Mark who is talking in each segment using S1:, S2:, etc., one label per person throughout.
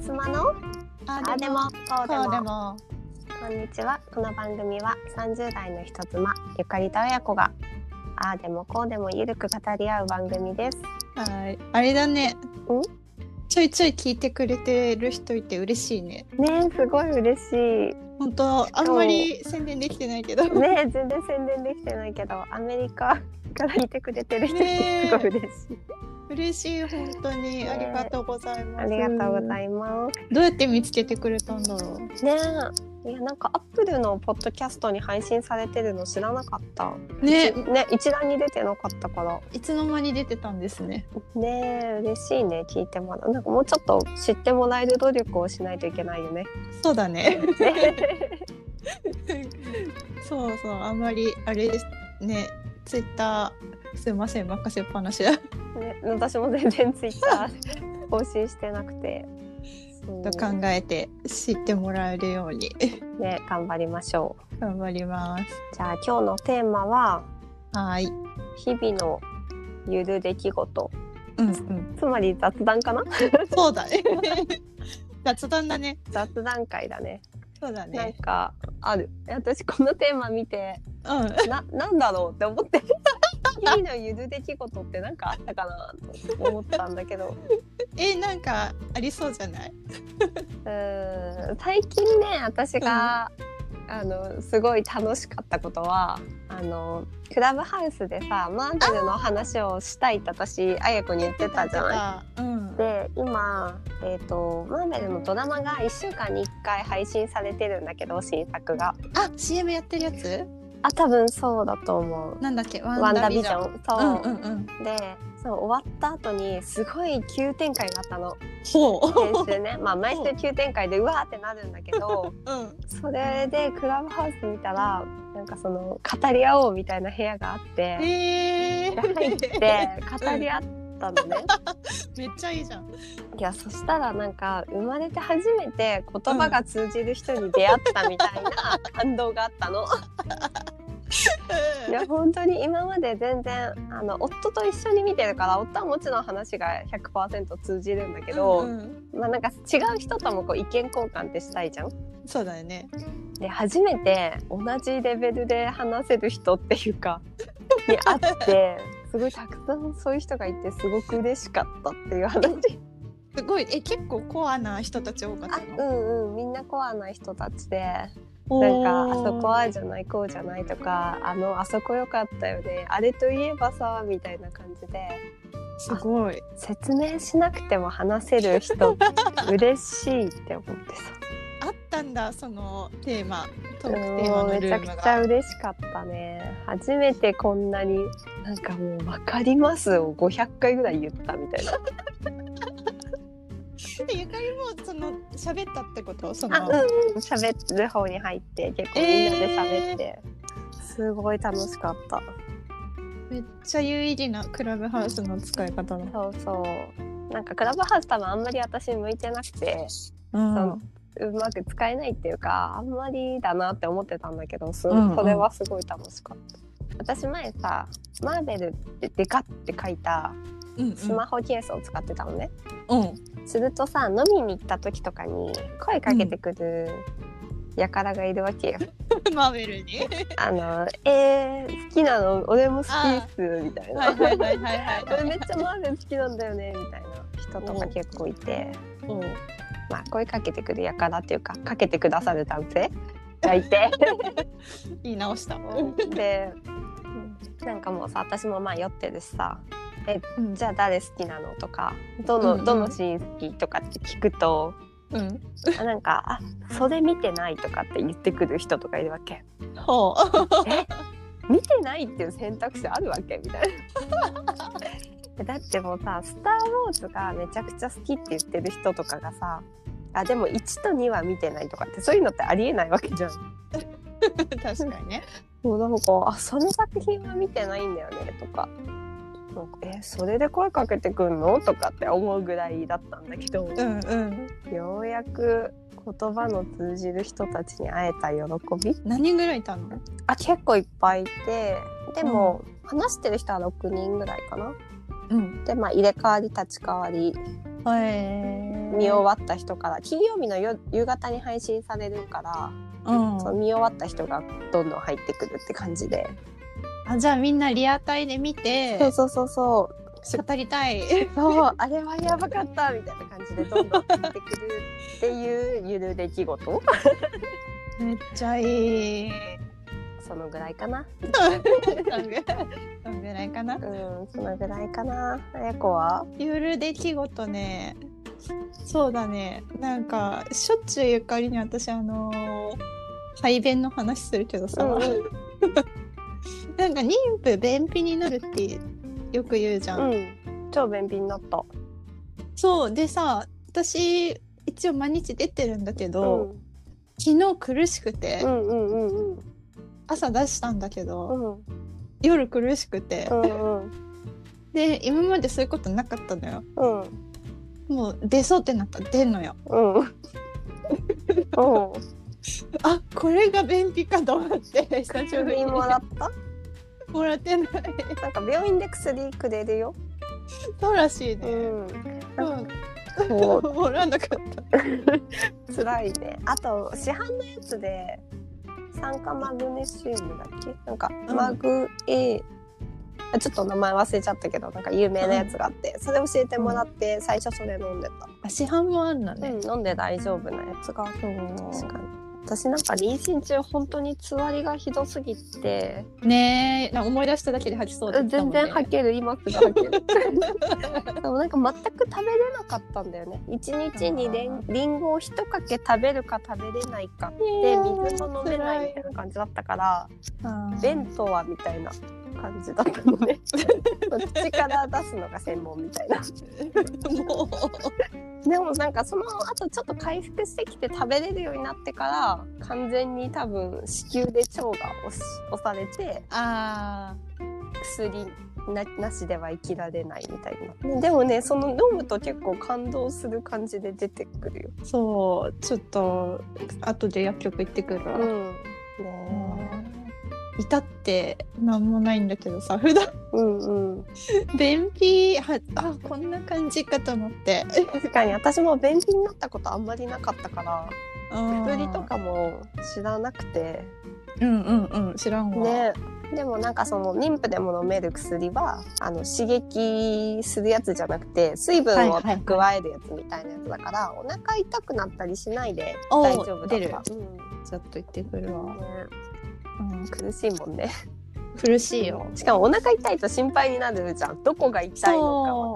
S1: スマの
S2: あ
S1: あでもこうで
S2: こ
S1: も
S2: うでも
S1: こんにちはこの番組は30代の人妻ゆかりと親子がああでもこうでもゆるく語り合う番組です
S2: はいあれだね
S1: ん
S2: ちょいちょい聞いてくれてる人いて嬉しいね
S1: ねえすごい嬉しい
S2: 本当あんまり宣伝できてないけど、
S1: ねえ全然宣伝できてないけどアメリカからいてくれてる人
S2: ねえ
S1: すごい嬉しい
S2: 嬉しい本当に
S1: ね
S2: ありがとうございます
S1: ありがとうございま
S2: どうやって見つけてくれたんだろう
S1: すねえいやなんかアップルのポッドキャストに配信されてるの知らなかった
S2: ね
S1: ね一覧に出てなかったから
S2: いつの間に出てたんですね
S1: ねえ嬉しいね聞いてもらうなんかもうちょっと知ってもらえる努力をしないといけないよね。
S2: そうだね
S1: ね
S2: そうそうあんまりあれですねツイッターすいません任せっぱなしだ
S1: 私も全然ツイッター更新してなくて。そう
S2: と考えて知ってもらえるように
S1: ね頑張りましょ
S2: 頑張ります
S1: う。じゃあ今日のテーマは
S2: はい
S1: 日々のゆる出来事
S2: うんうん
S1: つまり雑談かな
S2: そうだね雑談だね
S1: 雑談会だね
S2: そう
S1: な
S2: だ
S1: ん
S2: ね
S1: かある私このテーマ見て
S2: うん
S1: ななんだろうって思って日々のゆる出来事って何かあったかなと思ったんだけど
S2: えなんかありそうじゃないう
S1: ーん最近ね私が、あのすごい楽しかったことはあのクラブハウスでさマーベルの話をしたいって私あや子に言ってたじゃない。
S2: いうん
S1: で今、えー、とマーベルのドラマが1週間に1回配信されてるんだけど新作が
S2: あ CM やってるやつ
S1: あ多分そうだと思う
S2: なんだっ
S1: 「
S2: けワ
S1: ワン
S2: ンダ
S1: ダ
S2: ービ
S1: ビ
S2: ジ
S1: ジ
S2: ョン
S1: ョン」そう、
S2: うんうんうん
S1: でそう終わった後にすごい急展開があった の
S2: ほ
S1: 先週ねまあ毎週急展開でうわーってなるんだけど
S2: ううん
S1: それでクラブハウス見たらなんかその語り合おうみたいな部屋があって
S2: え
S1: で入って
S2: ー、
S1: 語り合ったのね。
S2: めっちゃいいじゃん
S1: いやそしたらなんか生まれて初めて言葉が通じる人に出会ったみたい な感動があったの。いや本当に今まで全然あの夫と一緒に見てるから夫はもちろん話が100%通じるんだけど、
S2: うんうん
S1: まあなんか違う人ともこう意見交換ってしたいじゃん。
S2: そうだよね
S1: で初めて同じレベルで話せる人っていう かに会ってすごいたくさんそういう人がいてすごく嬉しかったっていう話
S2: すごいえ結構コアな人たち多かった
S1: あ
S2: の
S1: うんうんみんなコアな人たちでなん
S2: お
S1: か
S2: ー
S1: あそこはじゃないこうじゃないとかあのあそこ良かったよねあれといえばさみたいな感じです
S2: ごい
S1: 説明しなくても話せる人嬉しいって思ってさ
S2: あったんだそのテーマトークテーマ
S1: もう
S2: の
S1: め
S2: ル
S1: ちゃ
S2: ー
S1: く
S2: ム
S1: ちゃ
S2: が
S1: 嬉しかったね初めてこんなになんかもう「分かります」を500回ぐらい言ったみたいな
S2: でゆかりもその喋ったってことそ
S1: あ
S2: の、
S1: うんうん喋る方に入って結構みんなで喋って、すごい楽しかった
S2: めっちゃ有意義なクラブハウスの使い方だ
S1: そうそうなんかクラブハウス多分あんまり私向いてなくて
S2: うん
S1: うまく使えないっていうかあんまりだなって思ってたんだけどす
S2: うんうん
S1: それはすごい楽しかった、私前さマーベルってデカって書いた
S2: うんうん
S1: スマホケースを使ってたのね、
S2: うん
S1: するとさ飲みに行った時とかに声かけてくる輩がいるわけよ。
S2: マーベルに
S1: あの「えー、好きなの俺も好きっす」みたいな
S2: はいはいはいはいはい
S1: 「俺めっちゃマーベル好きなんだよね」みたいな人とか結構いて、
S2: お う
S1: まあ、声かけてくる輩っていうかかけてくださる男性がいて
S2: 言い直した
S1: でなんかもうさ私もまあ酔ってるしさ「じゃあ誰好きなの?」とか「ど
S2: うんう
S1: の
S2: ん
S1: どのシーン好き?」とかって聞くと。
S2: うん
S1: あなんか「あそれ見てない」とかって言ってくる人とかいるわけ
S2: ほ
S1: 「見てない」っていう選択肢あるわけみたいなだってもうさ「スター・ウォーズ」がめちゃくちゃ好きって言ってる人とかがさあでも1と2は見てないとかってそういうのってありえないわけじゃん。
S2: う 確かにね
S1: もうなんか「あその作品は見てないんだよね」とか「なんかえそれで声かけてくんの?」とかって思うぐらいだったんだけど、
S2: うんうん
S1: ようやく言葉の通じる人たちに会えた喜び
S2: 何人ぐらいいたの
S1: あ結構いっぱいいてでも、話してる人は6人ぐらいかな
S2: うん
S1: でまあ入れ替わり立ち替わり
S2: はい。
S1: 見終わった人から金曜日の夜夕方に配信されるから、
S2: うん
S1: そ。の見終わった人がどんどん入ってくるって感じで、
S2: あ、じゃあみんなリアタイで見て
S1: そうそうそうそう
S2: 語りたい。
S1: そうあれはやばかったみたいな感じでどんどん入ってくるっていうゆる出来事
S2: めっちゃ いい。
S1: そのぐらいかな
S2: そんぐそんぐらいかな。
S1: うんそのぐらいかなあやこは
S2: 夜出来事ね。そうだね。なんかしょっちゅうゆかりに私あのー排便の話するけどさ、
S1: う
S2: なんか妊婦便秘になるってよく言うじゃん。
S1: ん、うん、超便秘になった
S2: そうでさ、私一応毎日出てるんだけど、昨日苦しくて、
S1: うんうんうんうん
S2: 朝出したんだけど、
S1: うん
S2: 夜苦しくて、
S1: うんうん
S2: で今までそういうことなかったのよ。
S1: うん
S2: もう出そうってなったら出んのよ。
S1: うんうん
S2: あこれが便秘かと思って久しぶり
S1: 薬
S2: に
S1: も
S2: も
S1: ら
S2: ら
S1: った
S2: ってない。
S1: なんか病院で薬くれるよ、
S2: そうらしいね。
S1: ん、
S2: うん、
S1: こ
S2: もらわなかった。
S1: う辛いねあと市販のやつで酸化マグネシウムだっけなんか
S2: うん
S1: マグ A、あちょっと名前忘れちゃったけどなんか有名なやつがあってそれ教えてもらって最初それ飲んでた、
S2: あ市販もあんだね。
S1: うん、飲んで大丈夫なやつが確
S2: そ
S1: かに私なんか妊娠中本当につわりがひどすぎて
S2: うねえなんか思い出しただけで吐きそうだ
S1: 全
S2: ったもんね
S1: 然吐ける今すぐ吐 けるでもなんか全く食べれなかったんだよね一日にりんりんごを一かけ食べるか食べれないかで水も飲めないみたいな感じだったから
S2: うん
S1: 弁当はみたいな感じだったのね口から出すのが専門みたいな
S2: も
S1: でもなんかその後ちょっと回復してきて食べれるようになってから完全に多分子宮で腸が押し押されて
S2: うあ
S1: 薬ななしでは生きられないみたいな、でもねその飲むと結構感動する感じで出てくるよ。
S2: ーそうちょっと後で薬局行ってくるわ。
S1: ん
S2: 至ってなんもないんだけどさ普段
S1: うんうん、
S2: 便秘はあこんな感じかと思って
S1: 確かに私も便秘になったことあんまりなかったから
S2: 薬
S1: 薬とかも知らなくて
S2: うんうんうん知らんわ、
S1: ねでもなんかその妊婦でも飲める薬はあの刺激するやつじゃなくて水分を
S2: はいはい
S1: 蓄えるやつみたいなやつだから、お腹痛くなったりしないで
S2: おー
S1: 大丈夫だ
S2: 出
S1: っ
S2: る
S1: た、うん
S2: ちょっと行ってくるわ、
S1: ね
S2: うん、
S1: 苦しいもんね
S2: 苦しいよ
S1: しかもお腹痛いと心配になるじゃんどこが痛いの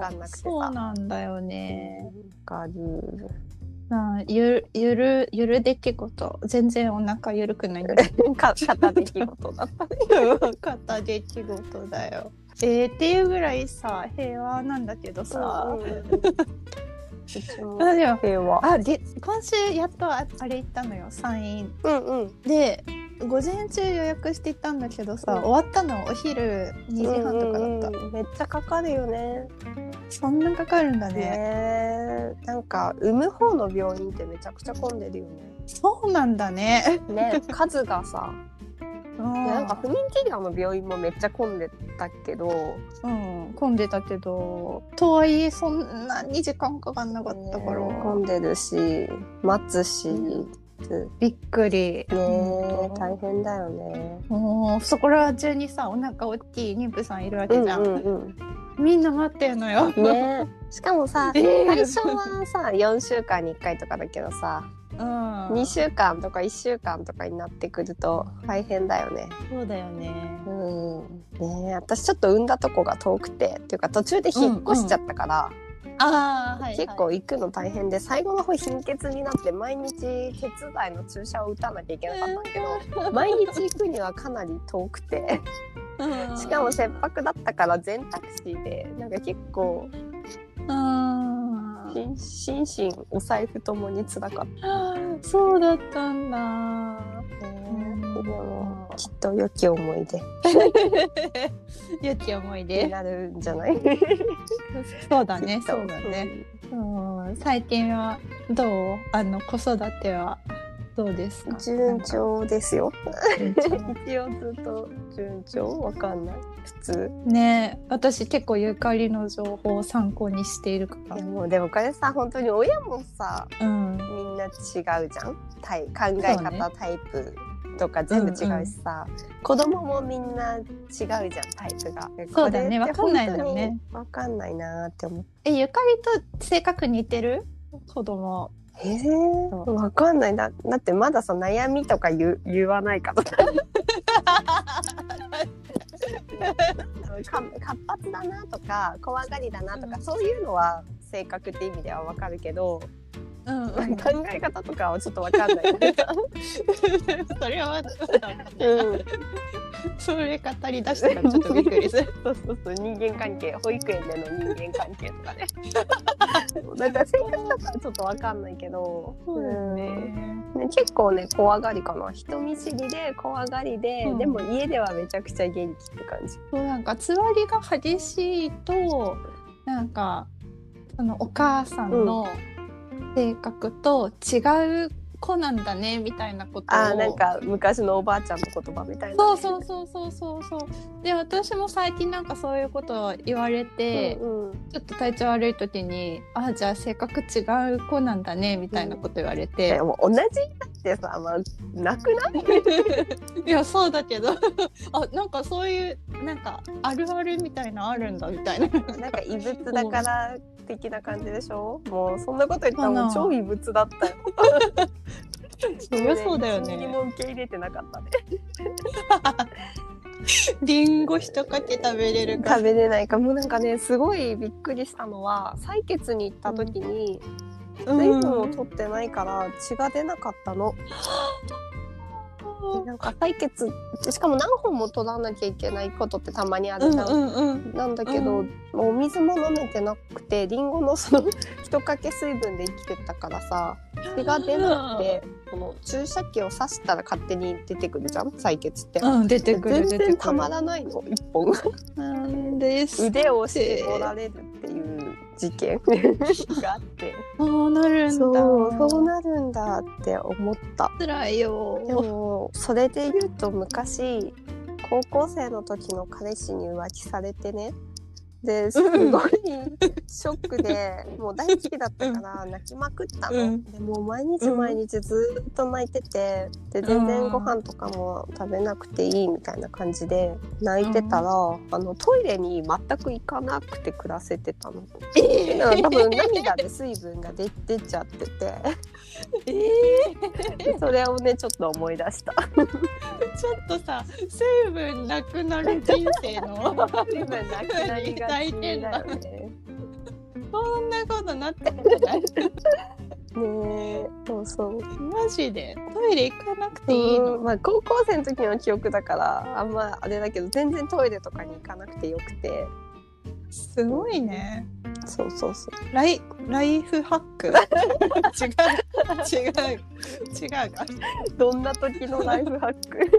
S1: かわかんなくてさ
S2: そうそうなんだよね
S1: わかる
S2: なゆるゆるゆる出来事全然お腹ゆるくないんだけ
S1: か片出来事だったね
S2: ど肩出来事だよえー、っていうぐらいさ平和なんだけど
S1: さ
S2: さ、
S1: あ
S2: あでも
S1: 平和
S2: あで今週やっとああれ行ったのよ山陰
S1: うんうん
S2: で午前中予約して行ったんだけどさ、
S1: うん
S2: 終わったのお昼2時半とかだった、
S1: うんうんめっちゃかかるよね
S2: そんなかかるんだね
S1: ねえなんか産む方の病院ってめちゃくちゃ混んでるよ
S2: そうなんだね
S1: ねね数がさいやなんか不妊治療の病院もめっちゃ混んでたけど
S2: うん、混んでたけどとはいえそんなに時間かかんなかったから、
S1: ね混んでるし待つし、
S2: うん
S1: ね
S2: びっくり
S1: え
S2: うん
S1: 大変だよね
S2: もうそこら中にさお腹大きい妊婦さんいるわけじゃん、
S1: うん
S2: みんな待ってるのよ、
S1: うん、ねえしかもさ
S2: ええ
S1: 最初はさ4週間に1回とかだけどさ
S2: うん
S1: 2週間とか1週間とかになってくると大変だよね。
S2: そうだよね
S1: うん、ねえ私ちょっと産んだとこが遠くてっていうか途中で引っ越しちゃったから、
S2: ああはい、はい、
S1: 結構行くの大変で最後の方貧血になって毎日血剤の注射を打たなきゃいけなかったんだけど。毎日行くにはかなり遠くてしかも切迫だったから全タクシーでなんか結構
S2: うん
S1: 心心身お財布ともに辛かった
S2: そうだったんだ
S1: ね。でもきっと良き思い出
S2: 良き思い
S1: に
S2: 出
S1: なるんじゃない
S2: そうだねそうだね。うん最近はどうあの子育てはどうですか
S1: 順調ですよ。
S2: なんか順調
S1: 一応ずっと順調わかんない普通。
S2: ねえ私結構ゆかりの情報を参考にしているか
S1: いやもうでもこれさ本当に親もさ
S2: らうん
S1: みんな違うじゃんタイ考え
S2: そう
S1: 方、
S2: ね
S1: タイプとか全部違うしさ、子供もみんな違うじゃんタイプが
S2: そうだね
S1: これって
S2: わかんないんだ
S1: 本
S2: よね
S1: 当にわかんないなーって思って
S2: えゆかりと性格似てる子供
S1: えー、
S2: そ
S1: わかんないだだってまださ悩みとか言う言わない からさか活発だなとか怖がりだなとか、
S2: うん
S1: そういうのは性格って意味ではわかるけど、
S2: うん、うん、
S1: 考え方とかはちょっとわか んない、ね
S2: それは
S1: うん
S2: それ語り出したからちょっとびっくりする
S1: そうそうそう人間関係保育園での人間関係とか ねなんか性格とかはちょっとわかんないけどうんね結構ね怖がりかな人見知りで怖がりで、
S2: うん
S1: でも家ではめちゃくちゃ元気って感じ
S2: そうなんかつわりが激しいとなんかそのお母さんの性格と違う子なんだねみたいなことを
S1: あーなんか昔のおばあちゃんの言葉みたいなね、
S2: そうそうそうそうそうそうで私も最近なんかそういうことを言われて、
S1: うんうん
S2: ちょっと体調悪い時に「あじゃあ性格違う子なんだね」みたいなこと言われて
S1: で、も同じだってさ、まあ、なくない
S2: いやそうだけどあなんかそういうなんかあるあるみたいなあるんだみ たいな。
S1: なんか異物だから的な感じでしょもうそんなこと言ったらもう超異物だったよ
S2: そりゃそうだよ
S1: 一ミリ
S2: ね。
S1: も受け入れてなかったね
S2: リンゴ一かけ食べれるか
S1: 食。べれないかもうなんかねすごいびっくりしたのは採血に行った時に
S2: うん
S1: 水分を取ってないから血が出なかったの、でなんか採血しかも何本も取らなきゃいけないことってたまにあ
S2: う
S1: る
S2: ん
S1: じゃん、
S2: うんうん。
S1: なんだけど、
S2: う
S1: もうお水も飲めてなくてりんごのその 一かけ水分で生きてたからさ血が出なくてこの注射器を刺したら勝手に出てくるじゃん採血って。
S2: うん出てくる
S1: 全
S2: 出てく
S1: 然
S2: る。
S1: たまらないの一 本
S2: なんです。
S1: 腕をしておられるっていう事件があって
S2: そうなるんだ。
S1: そうそうなるんだって思った
S2: 辛いよ。
S1: でもそれで言うと昔高校生の時の彼氏に浮気されてねですごいショック でもう大好きだったから泣きまくったの、
S2: うん
S1: でもう毎日毎日ずっと泣いててで全然ご飯とかも食べなくていいみたいな感じで泣いてたら、あのトイレに全く行かなくて暮らせてたの。なんか多分涙で水分が出出ちゃって て
S2: え
S1: でそれをねちょっと思い出した。
S2: ーちょっとさ成分なくなる人生の
S1: 水分なくなりが
S2: 体
S1: ち
S2: 験
S1: だ
S2: だ
S1: よ
S2: そ
S1: ね。
S2: んなことなってるじゃない
S1: ねえそうそう。
S2: マジでトイレ行かなくていいの
S1: うんまあ高校生の時の記憶だからあんまあれだけど全然トイレとかに行かなくてよくて
S2: すごいね
S1: そうそうそう。
S2: ライライフハック違う違う違うか
S1: どんな時のライフハック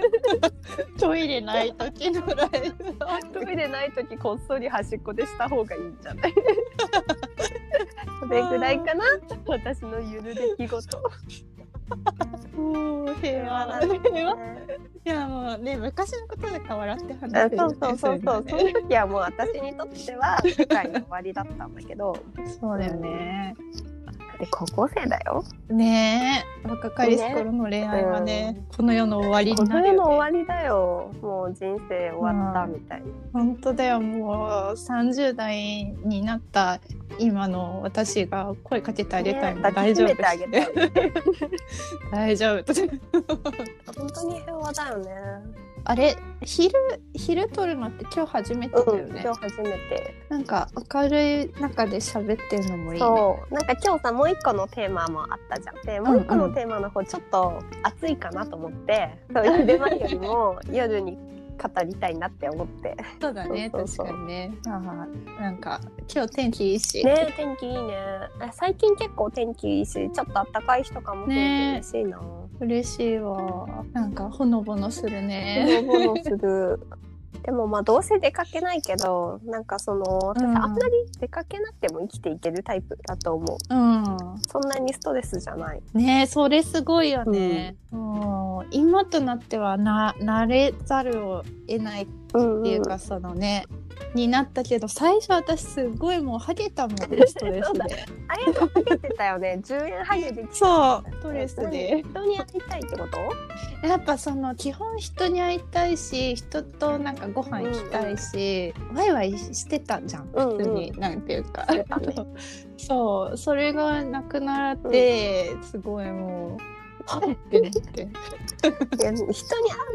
S2: トイレない時のライフハッ
S1: ト
S2: ク
S1: イレない時こっそり端っこでした方がいいんじゃないそれぐらいかな私のゆる出来事。
S2: もう平和だね平和いやもうね昔のことだから笑って話
S1: あ
S2: せる
S1: そ
S2: よ
S1: う
S2: ね
S1: そうそうそう、
S2: い
S1: そ
S2: のね
S1: の時はもう私にとっては世界の終わりだったんだけど
S2: そうだよね
S1: で高校生だよ
S2: ねえ若かりし頃の恋愛はねこの世の終わり
S1: こ
S2: に
S1: の
S2: なる
S1: 世
S2: よ、ね、
S1: の終わりだよもう人生終わったみたいな、
S2: 本当だよもう30代になった今の私が声かけてあげたいの、
S1: ね
S2: 大丈夫
S1: 抱きしめてあげたい
S2: 大丈夫
S1: 本当に平和だよね
S2: あれ昼昼撮るのって今日初めてだよ
S1: うん
S2: ね、
S1: 今日初めて
S2: なんか明るい中で喋ってるのもいいね
S1: そうなんか今日さもう一個のテーマもあったじゃんでもう一個のテーマの方ちょっと暑いかなと思って、そう昼間よりも夜に語りたいなって思って
S2: そうだね
S1: そうそうそう
S2: 確かにねああなんか今日天気いいし、
S1: ね天気いいねあ最近結構天気いいしちょっと暖かい日とかも増えて嬉しいな、
S2: 嬉しいわなんかほのぼのするね
S1: ボロボロするでもまあどうせ出かけないけどなんかその私
S2: うん
S1: あんまり出かけなくても生きていけるタイプだと思う
S2: うん
S1: そんなにストレスじゃない
S2: ねえそれすごいよね、うん今となってはな慣れざるを得ないっ
S1: うん
S2: ていうか、そのねになったけど最初私すごいもうハ ゲたもんストレス
S1: そうだ
S2: で
S1: あれハゲてたよね10円ハゲでき
S2: そうストレスで
S1: 人に会いたいってこと
S2: やっぱその基本人に会いたいし人となんかご飯行きたいし、ワイワイしてたじゃん
S1: うんうん
S2: 普通に、なんていうか
S1: してたね
S2: そうそれがなくなって、すごいもうはっってな って。
S1: いや人に会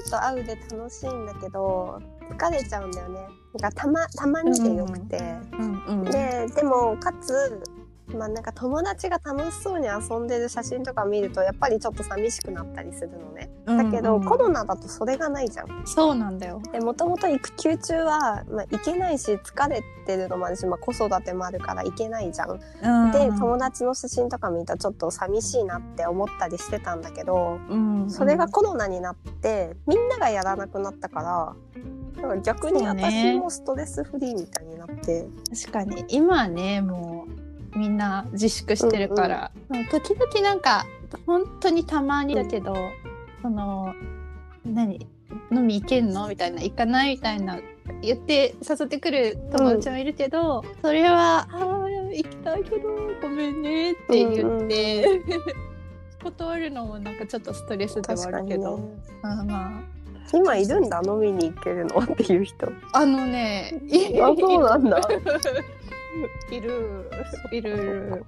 S1: うと会うで楽しいんだけど疲れちゃうんだよねなんかたまたまにでよくて、
S2: うんうん
S1: ででもかつまあなんか友達が楽しそうに遊んでる写真とか見るとやっぱりちょっと寂しくなったりするのねだけど、
S2: うんうん
S1: コロナだとそれがないじゃん
S2: そうなんだよ。
S1: でもともと育休中は、まあ、行けないし疲れてるのもあるし、まあ、子育てもあるから行けないじゃん
S2: うん
S1: で友達の写真とか見たらちょっと寂しいなって思ったりしてたんだけど
S2: うん
S1: それがコロナになってみんながやらなくなったからなんか逆に
S2: そう
S1: 私
S2: ね
S1: もストレスフリーみたいになって
S2: 確かに今はねもうみんな自粛してるから、うん時々なんか本当にたまにだけど、その何飲み行けんのみたいな行かないみたいな言って誘ってくる友達もいるけど、それは「あー行きたいけどごめんね」って言って、
S1: うんうん
S2: 断るのもなんかちょっとストレスではあ
S1: 確か
S2: る
S1: に、
S2: け
S1: ね、
S2: ど、まあまあ
S1: 今いるんだ飲みに行けるのっていう人
S2: あのね、
S1: あそうなんだ。
S2: いる、いるいる。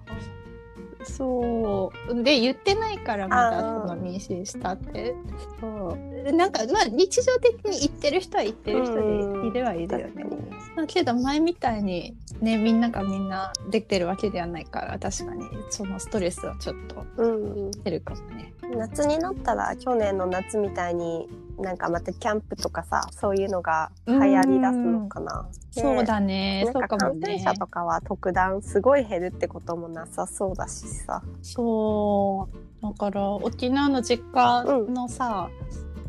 S2: そう。で、言ってないから、まだ
S1: あー
S2: その妊娠したって。
S1: そう
S2: でなんか、まあ、日常的に言ってる人は言ってる人
S1: うん
S2: で、いるはいるよ
S1: 確か
S2: ね。
S1: に
S2: まあ、けど、前みたいに、ね、みんながみんなできてるわけではないから、確かに、そのストレスはちょっと
S1: うん、
S2: 出るかもね。
S1: 夏になったら去年の夏みたいになんかまたキャンプとかさそういうのが流行りだすのかな。ね
S2: そうだね、
S1: なん
S2: そう
S1: か
S2: かも
S1: 感染
S2: ね
S1: 者。とかは特段すごい減るってこともなさそうだしさ。
S2: そうだから沖縄の実家のさ、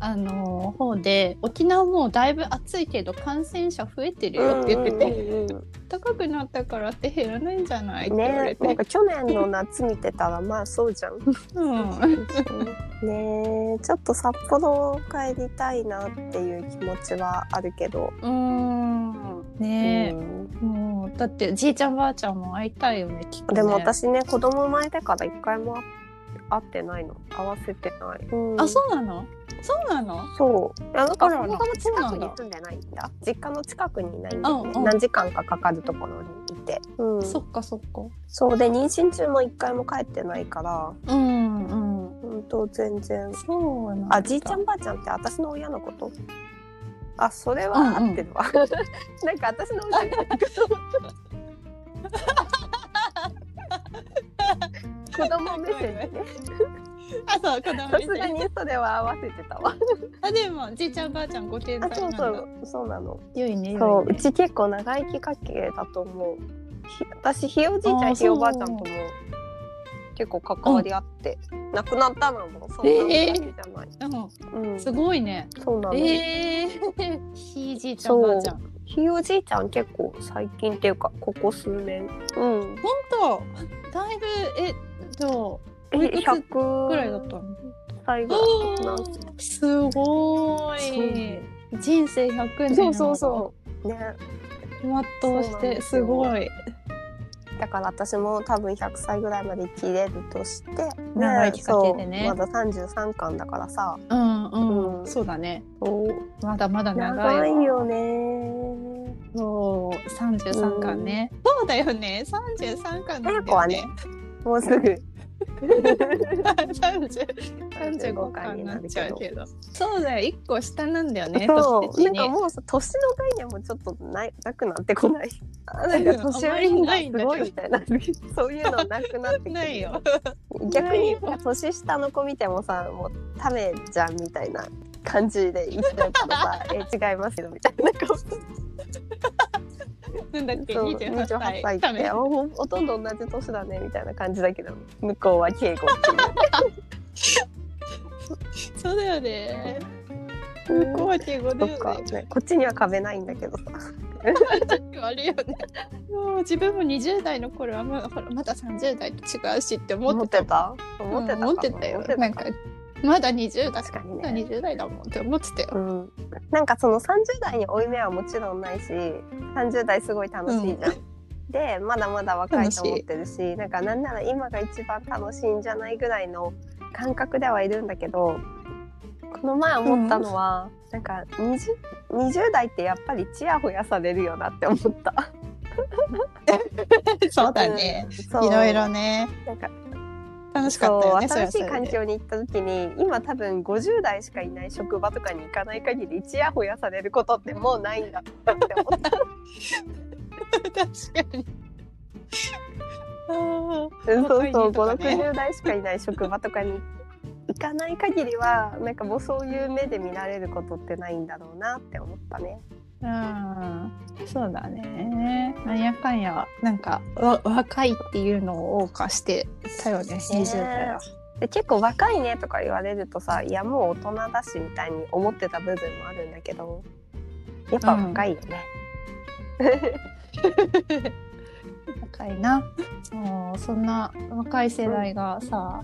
S2: あの方で沖縄もうだいぶ暑いけど感染者増えてるよって言ってて、
S1: うんうん
S2: 高くなったからって減らないんじゃないって言われ
S1: ね
S2: て、
S1: なんか去年の夏見てたらまあそうじゃ ん。
S2: うん、
S1: ねえちょっと札幌帰りたいなっていう気持ちはあるけど。
S2: うん
S1: う
S2: ね
S1: ん
S2: え、もうだってじいちゃんばあちゃんも会いたいよねきっとね
S1: でも私ね子供生まれてから一回も会ってないの会わせてない、うん
S2: あそうなのそうなの
S1: そういやなんか
S2: あ
S1: 子
S2: らあら
S1: 供の近
S2: そ
S1: く
S2: う
S1: に
S2: なんだ
S1: 住んでないんだ実家の近くにいないんだよね、
S2: うんうん
S1: 何時間かかかるところにいて、うん、
S2: そ
S1: そ
S2: っかそっか
S1: うで妊娠中も一回も帰ってないから
S2: うんうん
S1: ほんと全然
S2: そうなんだ
S1: あじいちゃんばあちゃんって私の親のことあそれは合ってる わ、なんか私の親のこと 子供目線でね
S2: あそう子供
S1: さ
S2: 目
S1: すが
S2: 線
S1: にそれは合わせてたわ。
S2: あでもじいちゃんばあちゃんご健
S1: あ、
S2: 在な
S1: そう
S2: んだ
S1: そう、そうなの。
S2: 良いね。
S1: そう、
S2: 良
S1: う
S2: いね
S1: ち結構長生き家系だと思う。ひ私、ひいおじいちゃ
S2: あ
S1: ん、
S2: ー
S1: ひいおばあちゃんとも。結構関わりあって、亡くなったのも、そんなわけじゃない。う
S2: うん
S1: ん、
S2: すごいね。
S1: そうなの。
S2: ええー、ひいじいちゃんばあちゃん。
S1: ひいおじいちゃん、結構最近っていうか、ここ数年。うん。
S2: 本当。だいぶえじゃあおい
S1: え、
S2: くつ
S1: 百
S2: ぐらいだったの。
S1: 歳ぐらいかな。
S2: すごい。人生100年
S1: そうそうそう。ね。
S2: う。全うし
S1: そうなんで
S2: て
S1: す
S2: す
S1: よ
S2: ごい。
S1: だから私も多分100歳ぐらいまで生きれるとしてで
S2: 長生き家系でね
S1: そうまだ33巻だからさ
S2: うんうん、
S1: うん
S2: そうだね。
S1: そう
S2: まだまだ長いわ
S1: 長いよね
S2: そう三十三巻ね、そうだよね。三十三巻なんだよね。
S1: もうすぐ
S2: 三十三十五巻になっちゃうけど。そうだよ。一個下なんだよね。
S1: そう
S2: 年
S1: な
S2: 的
S1: ん
S2: に
S1: かもうさ年の概念もちょっとないなくなってこないあなんか年寄りがすごいみたいなそういうのなくなってきてる
S2: ないよ。
S1: 逆に
S2: ない
S1: 年下の子見てもさもうためじゃんみたいな感じで言っちゃうからさ え違いますよみたいな顔して
S2: なんだっけ、
S1: そう
S2: 二十
S1: 28
S2: 八
S1: 歳
S2: 歳。
S1: っ
S2: ダメ
S1: てあほんほとんど同じ年だねみたいな感じだけど向こうは敬語っていう
S2: そうだよね。向こうは敬語だ
S1: そっ
S2: よ
S1: か
S2: ね。、
S1: ねこっちには壁ないんだけどさ。
S2: あるよね。もう自分も20代の頃はまだほらまだ30代と違うしって思ってた。
S1: た
S2: うん
S1: 思ってたかも。
S2: 思ってたよ。
S1: 思
S2: なんかまだ20代
S1: 確かに
S2: まだ
S1: ね。
S2: 20代だもんって思ってたよ。
S1: うん、なんかその30代に負い目はもちろんないし30代すごい楽しいじゃん。でまだまだ若いと思ってるしなんかなんなら今が一番楽しいんじゃないぐらいの感覚ではいるんだけどこの前思ったのは、なんか 20, 20代ってやっぱりチヤホヤされるよなって思った。
S2: そうだね。
S1: そう
S2: いろいろね。
S1: なんか
S2: 楽しかったよね。
S1: そう新しい
S2: それは
S1: 環
S2: それで
S1: 境に行った時に今多分50代しかいない職場とかに行かない限りちやほやされることってもうないんだなって思 っ
S2: 確かに。あ
S1: たそう
S2: 若いね
S1: そう
S2: とかね
S1: 560代しかいない職場とかに行かない限りはなんかもうそういう目で見られることってないんだろうなって思ったね。
S2: ーうん。そうだね。なんやかんやなんかわ若いっていうのを謳歌してたよね。20代は。
S1: で結構若いねとか言われるとさいやもう大人だしみたいに思ってた部分もあるんだけどやっぱ若いよね。
S2: 若いなもうそんな若い世代がさ、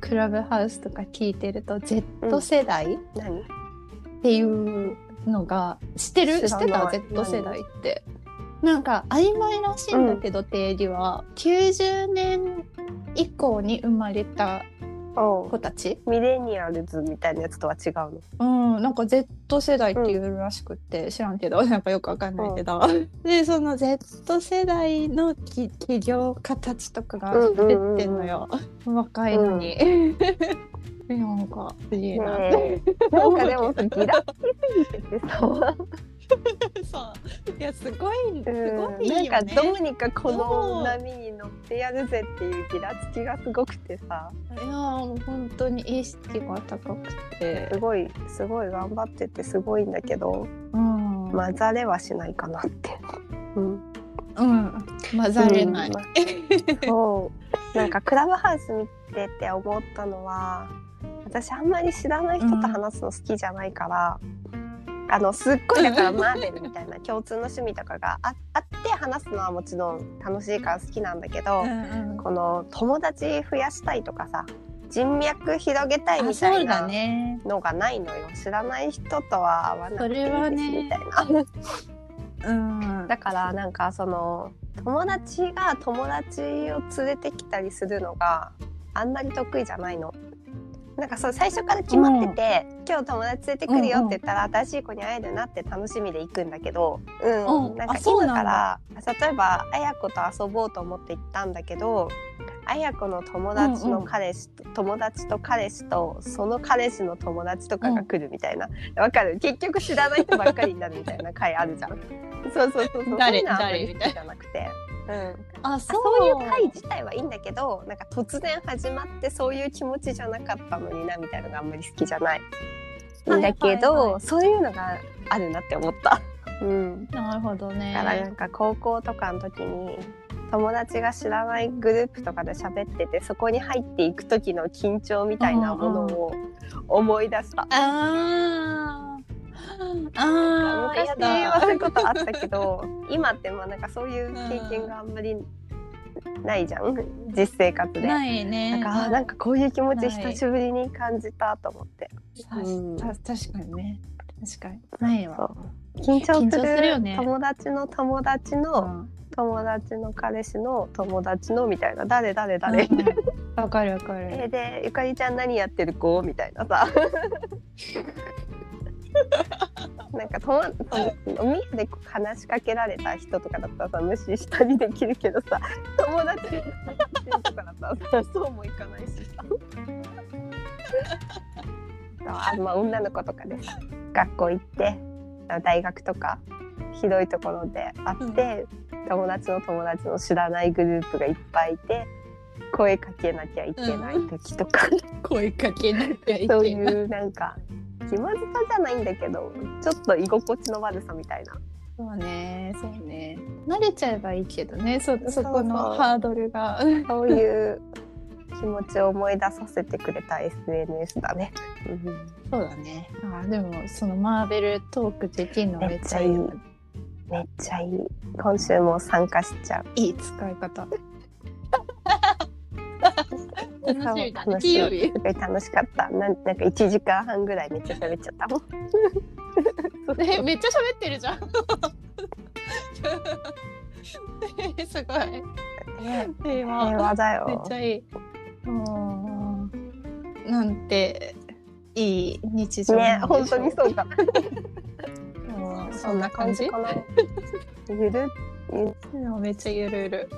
S2: クラブハウスとか聞いてると Z 世代っ
S1: 何
S2: ていうのが知ってる
S1: 知
S2: 知
S1: らない
S2: ってた Z 世代ってなんか曖昧らしいんだけど、定義は90年以降に生まれた
S1: おう
S2: 子たち、
S1: ミレニアルズみたいなやつとは違うの。
S2: うん、なんか Z 世代っていうらしくって、知らんけど なんかよくわかんないけど、 でその Z 世代のき起業家たちとかが
S1: うんうんうんうん
S2: 出てんのよ、 若いのに。 なんかすげえな、
S1: ねえなんかでもさギラつきすぎててさ、
S2: そういやすごいす
S1: う
S2: ご
S1: ん、
S2: い
S1: なん
S2: よ
S1: か
S2: ね。
S1: どうにかこの波に乗ってやるぜっていうギラつきがすごくてさ
S2: いやもう本当に意識が高くて、
S1: すごいすごい頑張っててすごいんだけど
S2: うん、
S1: 混ざれはしないかな って。うん、
S2: うん混ざれない。
S1: うんそうなんかクラブハウス見てて思ったのは私あんまり知らない人と話すの好きじゃないから、あのすっごいだからマーベルみたいな共通の趣味とかがああって話すのはもちろん楽しいから好きなんだけど、
S2: うん
S1: この友達増やしたいとかさ人脈広げたい
S2: うん、あ
S1: みた
S2: そ
S1: いう
S2: だ
S1: な
S2: ね。
S1: のがないのよ知らない人とは会わなくていい
S2: それは
S1: です
S2: ね
S1: みたいな。
S2: うん、
S1: だからなんかその友達が友達を連れてきたりするのがあんまり得意じゃないの。なんかそう最初から決まってて、今日友達連れてくるよって言ったら、新しい子に会えるなって楽しみで行くんだけど、うん
S2: うん
S1: なんか
S2: あそう
S1: 今
S2: な
S1: か
S2: ん
S1: ら
S2: だ
S1: 例えばあや子と遊ぼうと思って行ったんだけどあや子の友達の彼氏と、友達と彼氏とその彼氏の友達とかが来るみたいなわ、かる結局知らない人ばっかりになるみたいな回あるじゃん。そうそうそうそう。
S2: 誰
S1: そういうのはあんまり
S2: 誰みたい
S1: じゃなくて。うん、
S2: あ
S1: あそういう回自体はいいんだけどなんか突然始まってそういう気持ちじゃなかったのになみたいなのがあんまり好きじゃないいいんだけど、
S2: はいはいはい
S1: そういうのがあるなって思った。うん、
S2: なるほど
S1: だからな
S2: ね。
S1: んか高校とかの時に友達が知らないグループとかで喋っててそこに入っていく時の緊張みたいなものを思い出した。
S2: あーあー、
S1: 昔
S2: や
S1: は
S2: だ
S1: そういうことあったけど今ってまあなんかそういう経験があんまりないじゃん、実生活で。な
S2: ないね。
S1: んか、あーなんかこういう気持ち
S2: ない
S1: 久しぶりに感じたと思って、
S2: た
S1: うん
S2: た確かにね。確かに。ない
S1: そ
S2: わ。
S1: う緊張
S2: 緊
S1: す
S2: 張
S1: る
S2: するよね
S1: 友達の友達
S2: う
S1: の
S2: ん
S1: 友達の彼氏の友達のみたいな誰誰誰、
S2: うんうんわかるわかる。
S1: えーでゆかりちゃん何やってる子みたいなさなんか友そのおみやで話しかけられた人とかだったらさ無視したりできるけどさ友達に話してるとかだったらさそうもいかないしさあとあまあ女の子とかでさ学校行って大学とか広いところで会って、友達の友達の知らないグループがいっぱいいて声かけなきゃいけない時と か、
S2: 声かけなきゃいけ
S1: そ
S2: な
S1: う
S2: い
S1: い。うなんか気まずさじゃないんだけどちょっと居心地の悪さみたいな。
S2: そうね、そうね。慣れちゃえばいいけどね、そそこ
S1: そうそ
S2: の
S1: う
S2: ハードルが。うん
S1: そういう気持ちを思い出させてくれた SNS だね。うん
S2: そうだねあーでもそのマーベルトークできるのめっちゃいいよね
S1: めっちゃいい今週も参加しちゃう
S2: いい使い方楽しみだね
S1: 楽
S2: 金
S1: し
S2: 曜
S1: い
S2: 日
S1: すごい楽しかったなんなんか1時間半ぐらいめっちゃ喋っちゃったもん
S2: えめっちゃ喋ってるじゃん えすごい
S1: ね
S2: 今
S1: 平和だ
S2: めっ
S1: よ
S2: ちゃいい。もうなんていい日常
S1: ね
S2: なん
S1: 本
S2: でしょ
S1: 当
S2: う
S1: にそうだ
S2: もうそんな感じ。
S1: かなゆる
S2: もうめっちゃゆるゆる。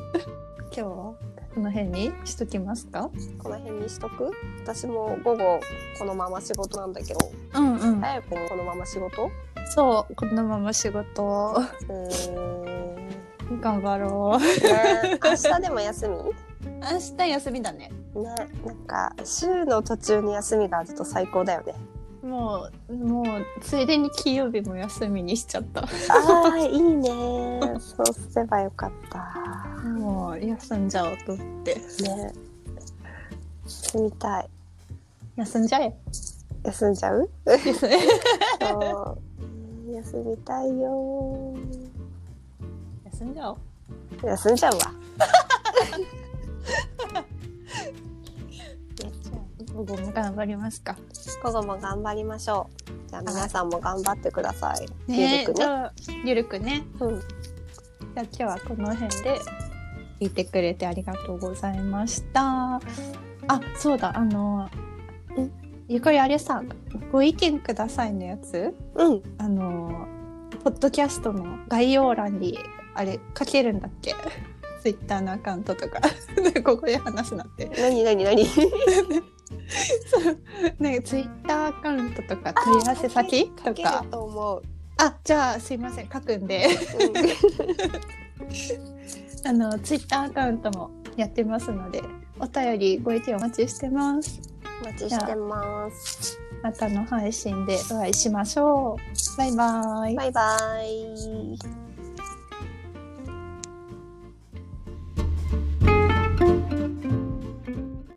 S2: 今日はこの辺にしときますか。
S1: この辺にしとく私も午後このまま仕事なんだけど
S2: うんうん。
S1: 早くもこのまま仕事
S2: そうこのまま仕事
S1: うーんね
S2: 頑張ろう。
S1: 明日でも休み
S2: 明日休みだね。
S1: ねなんか週の途中に休みがあると最高だよね
S2: もうもうついでに金曜日も休みにしちゃった。
S1: あーいいねそうすればよかった
S2: もう休んじゃおうと思って。
S1: ね休みたい
S2: 休んじゃえ。
S1: 休んじゃ う
S2: ですね。
S1: そう休みたいよ
S2: 休んじゃおう。
S1: 休んじゃうわね
S2: 午後も頑張りますか。
S1: 午後も頑張りましょう。じゃあ皆さんも頑張ってください。
S2: ね
S1: ゆるく
S2: じ
S1: ね。
S2: ゃあゆるくね。
S1: うん
S2: じゃあ今日はこの辺で聞いてくれてありがとうございました。あ、そうだ、あの、ゆかりあれさ、ご意見くださいのやつ、
S1: うん。
S2: あの、ポッドキャストの概要欄に、あれ、書けるんだっけツイッターのアカウントとか、 ここで話すなんて。
S1: 何何何。
S2: そうなんかツイッターアカウントとか問い合わせ先と
S1: 書ける
S2: か。
S1: と思う。
S2: あ、じゃあすいません、書くんで。 あのツイッターアカウントもやってますので、お便りご意見お待ちしてます。
S1: お待ちしてます。
S2: またの配信でお会いしましょう。バイバイ。
S1: バイバイ。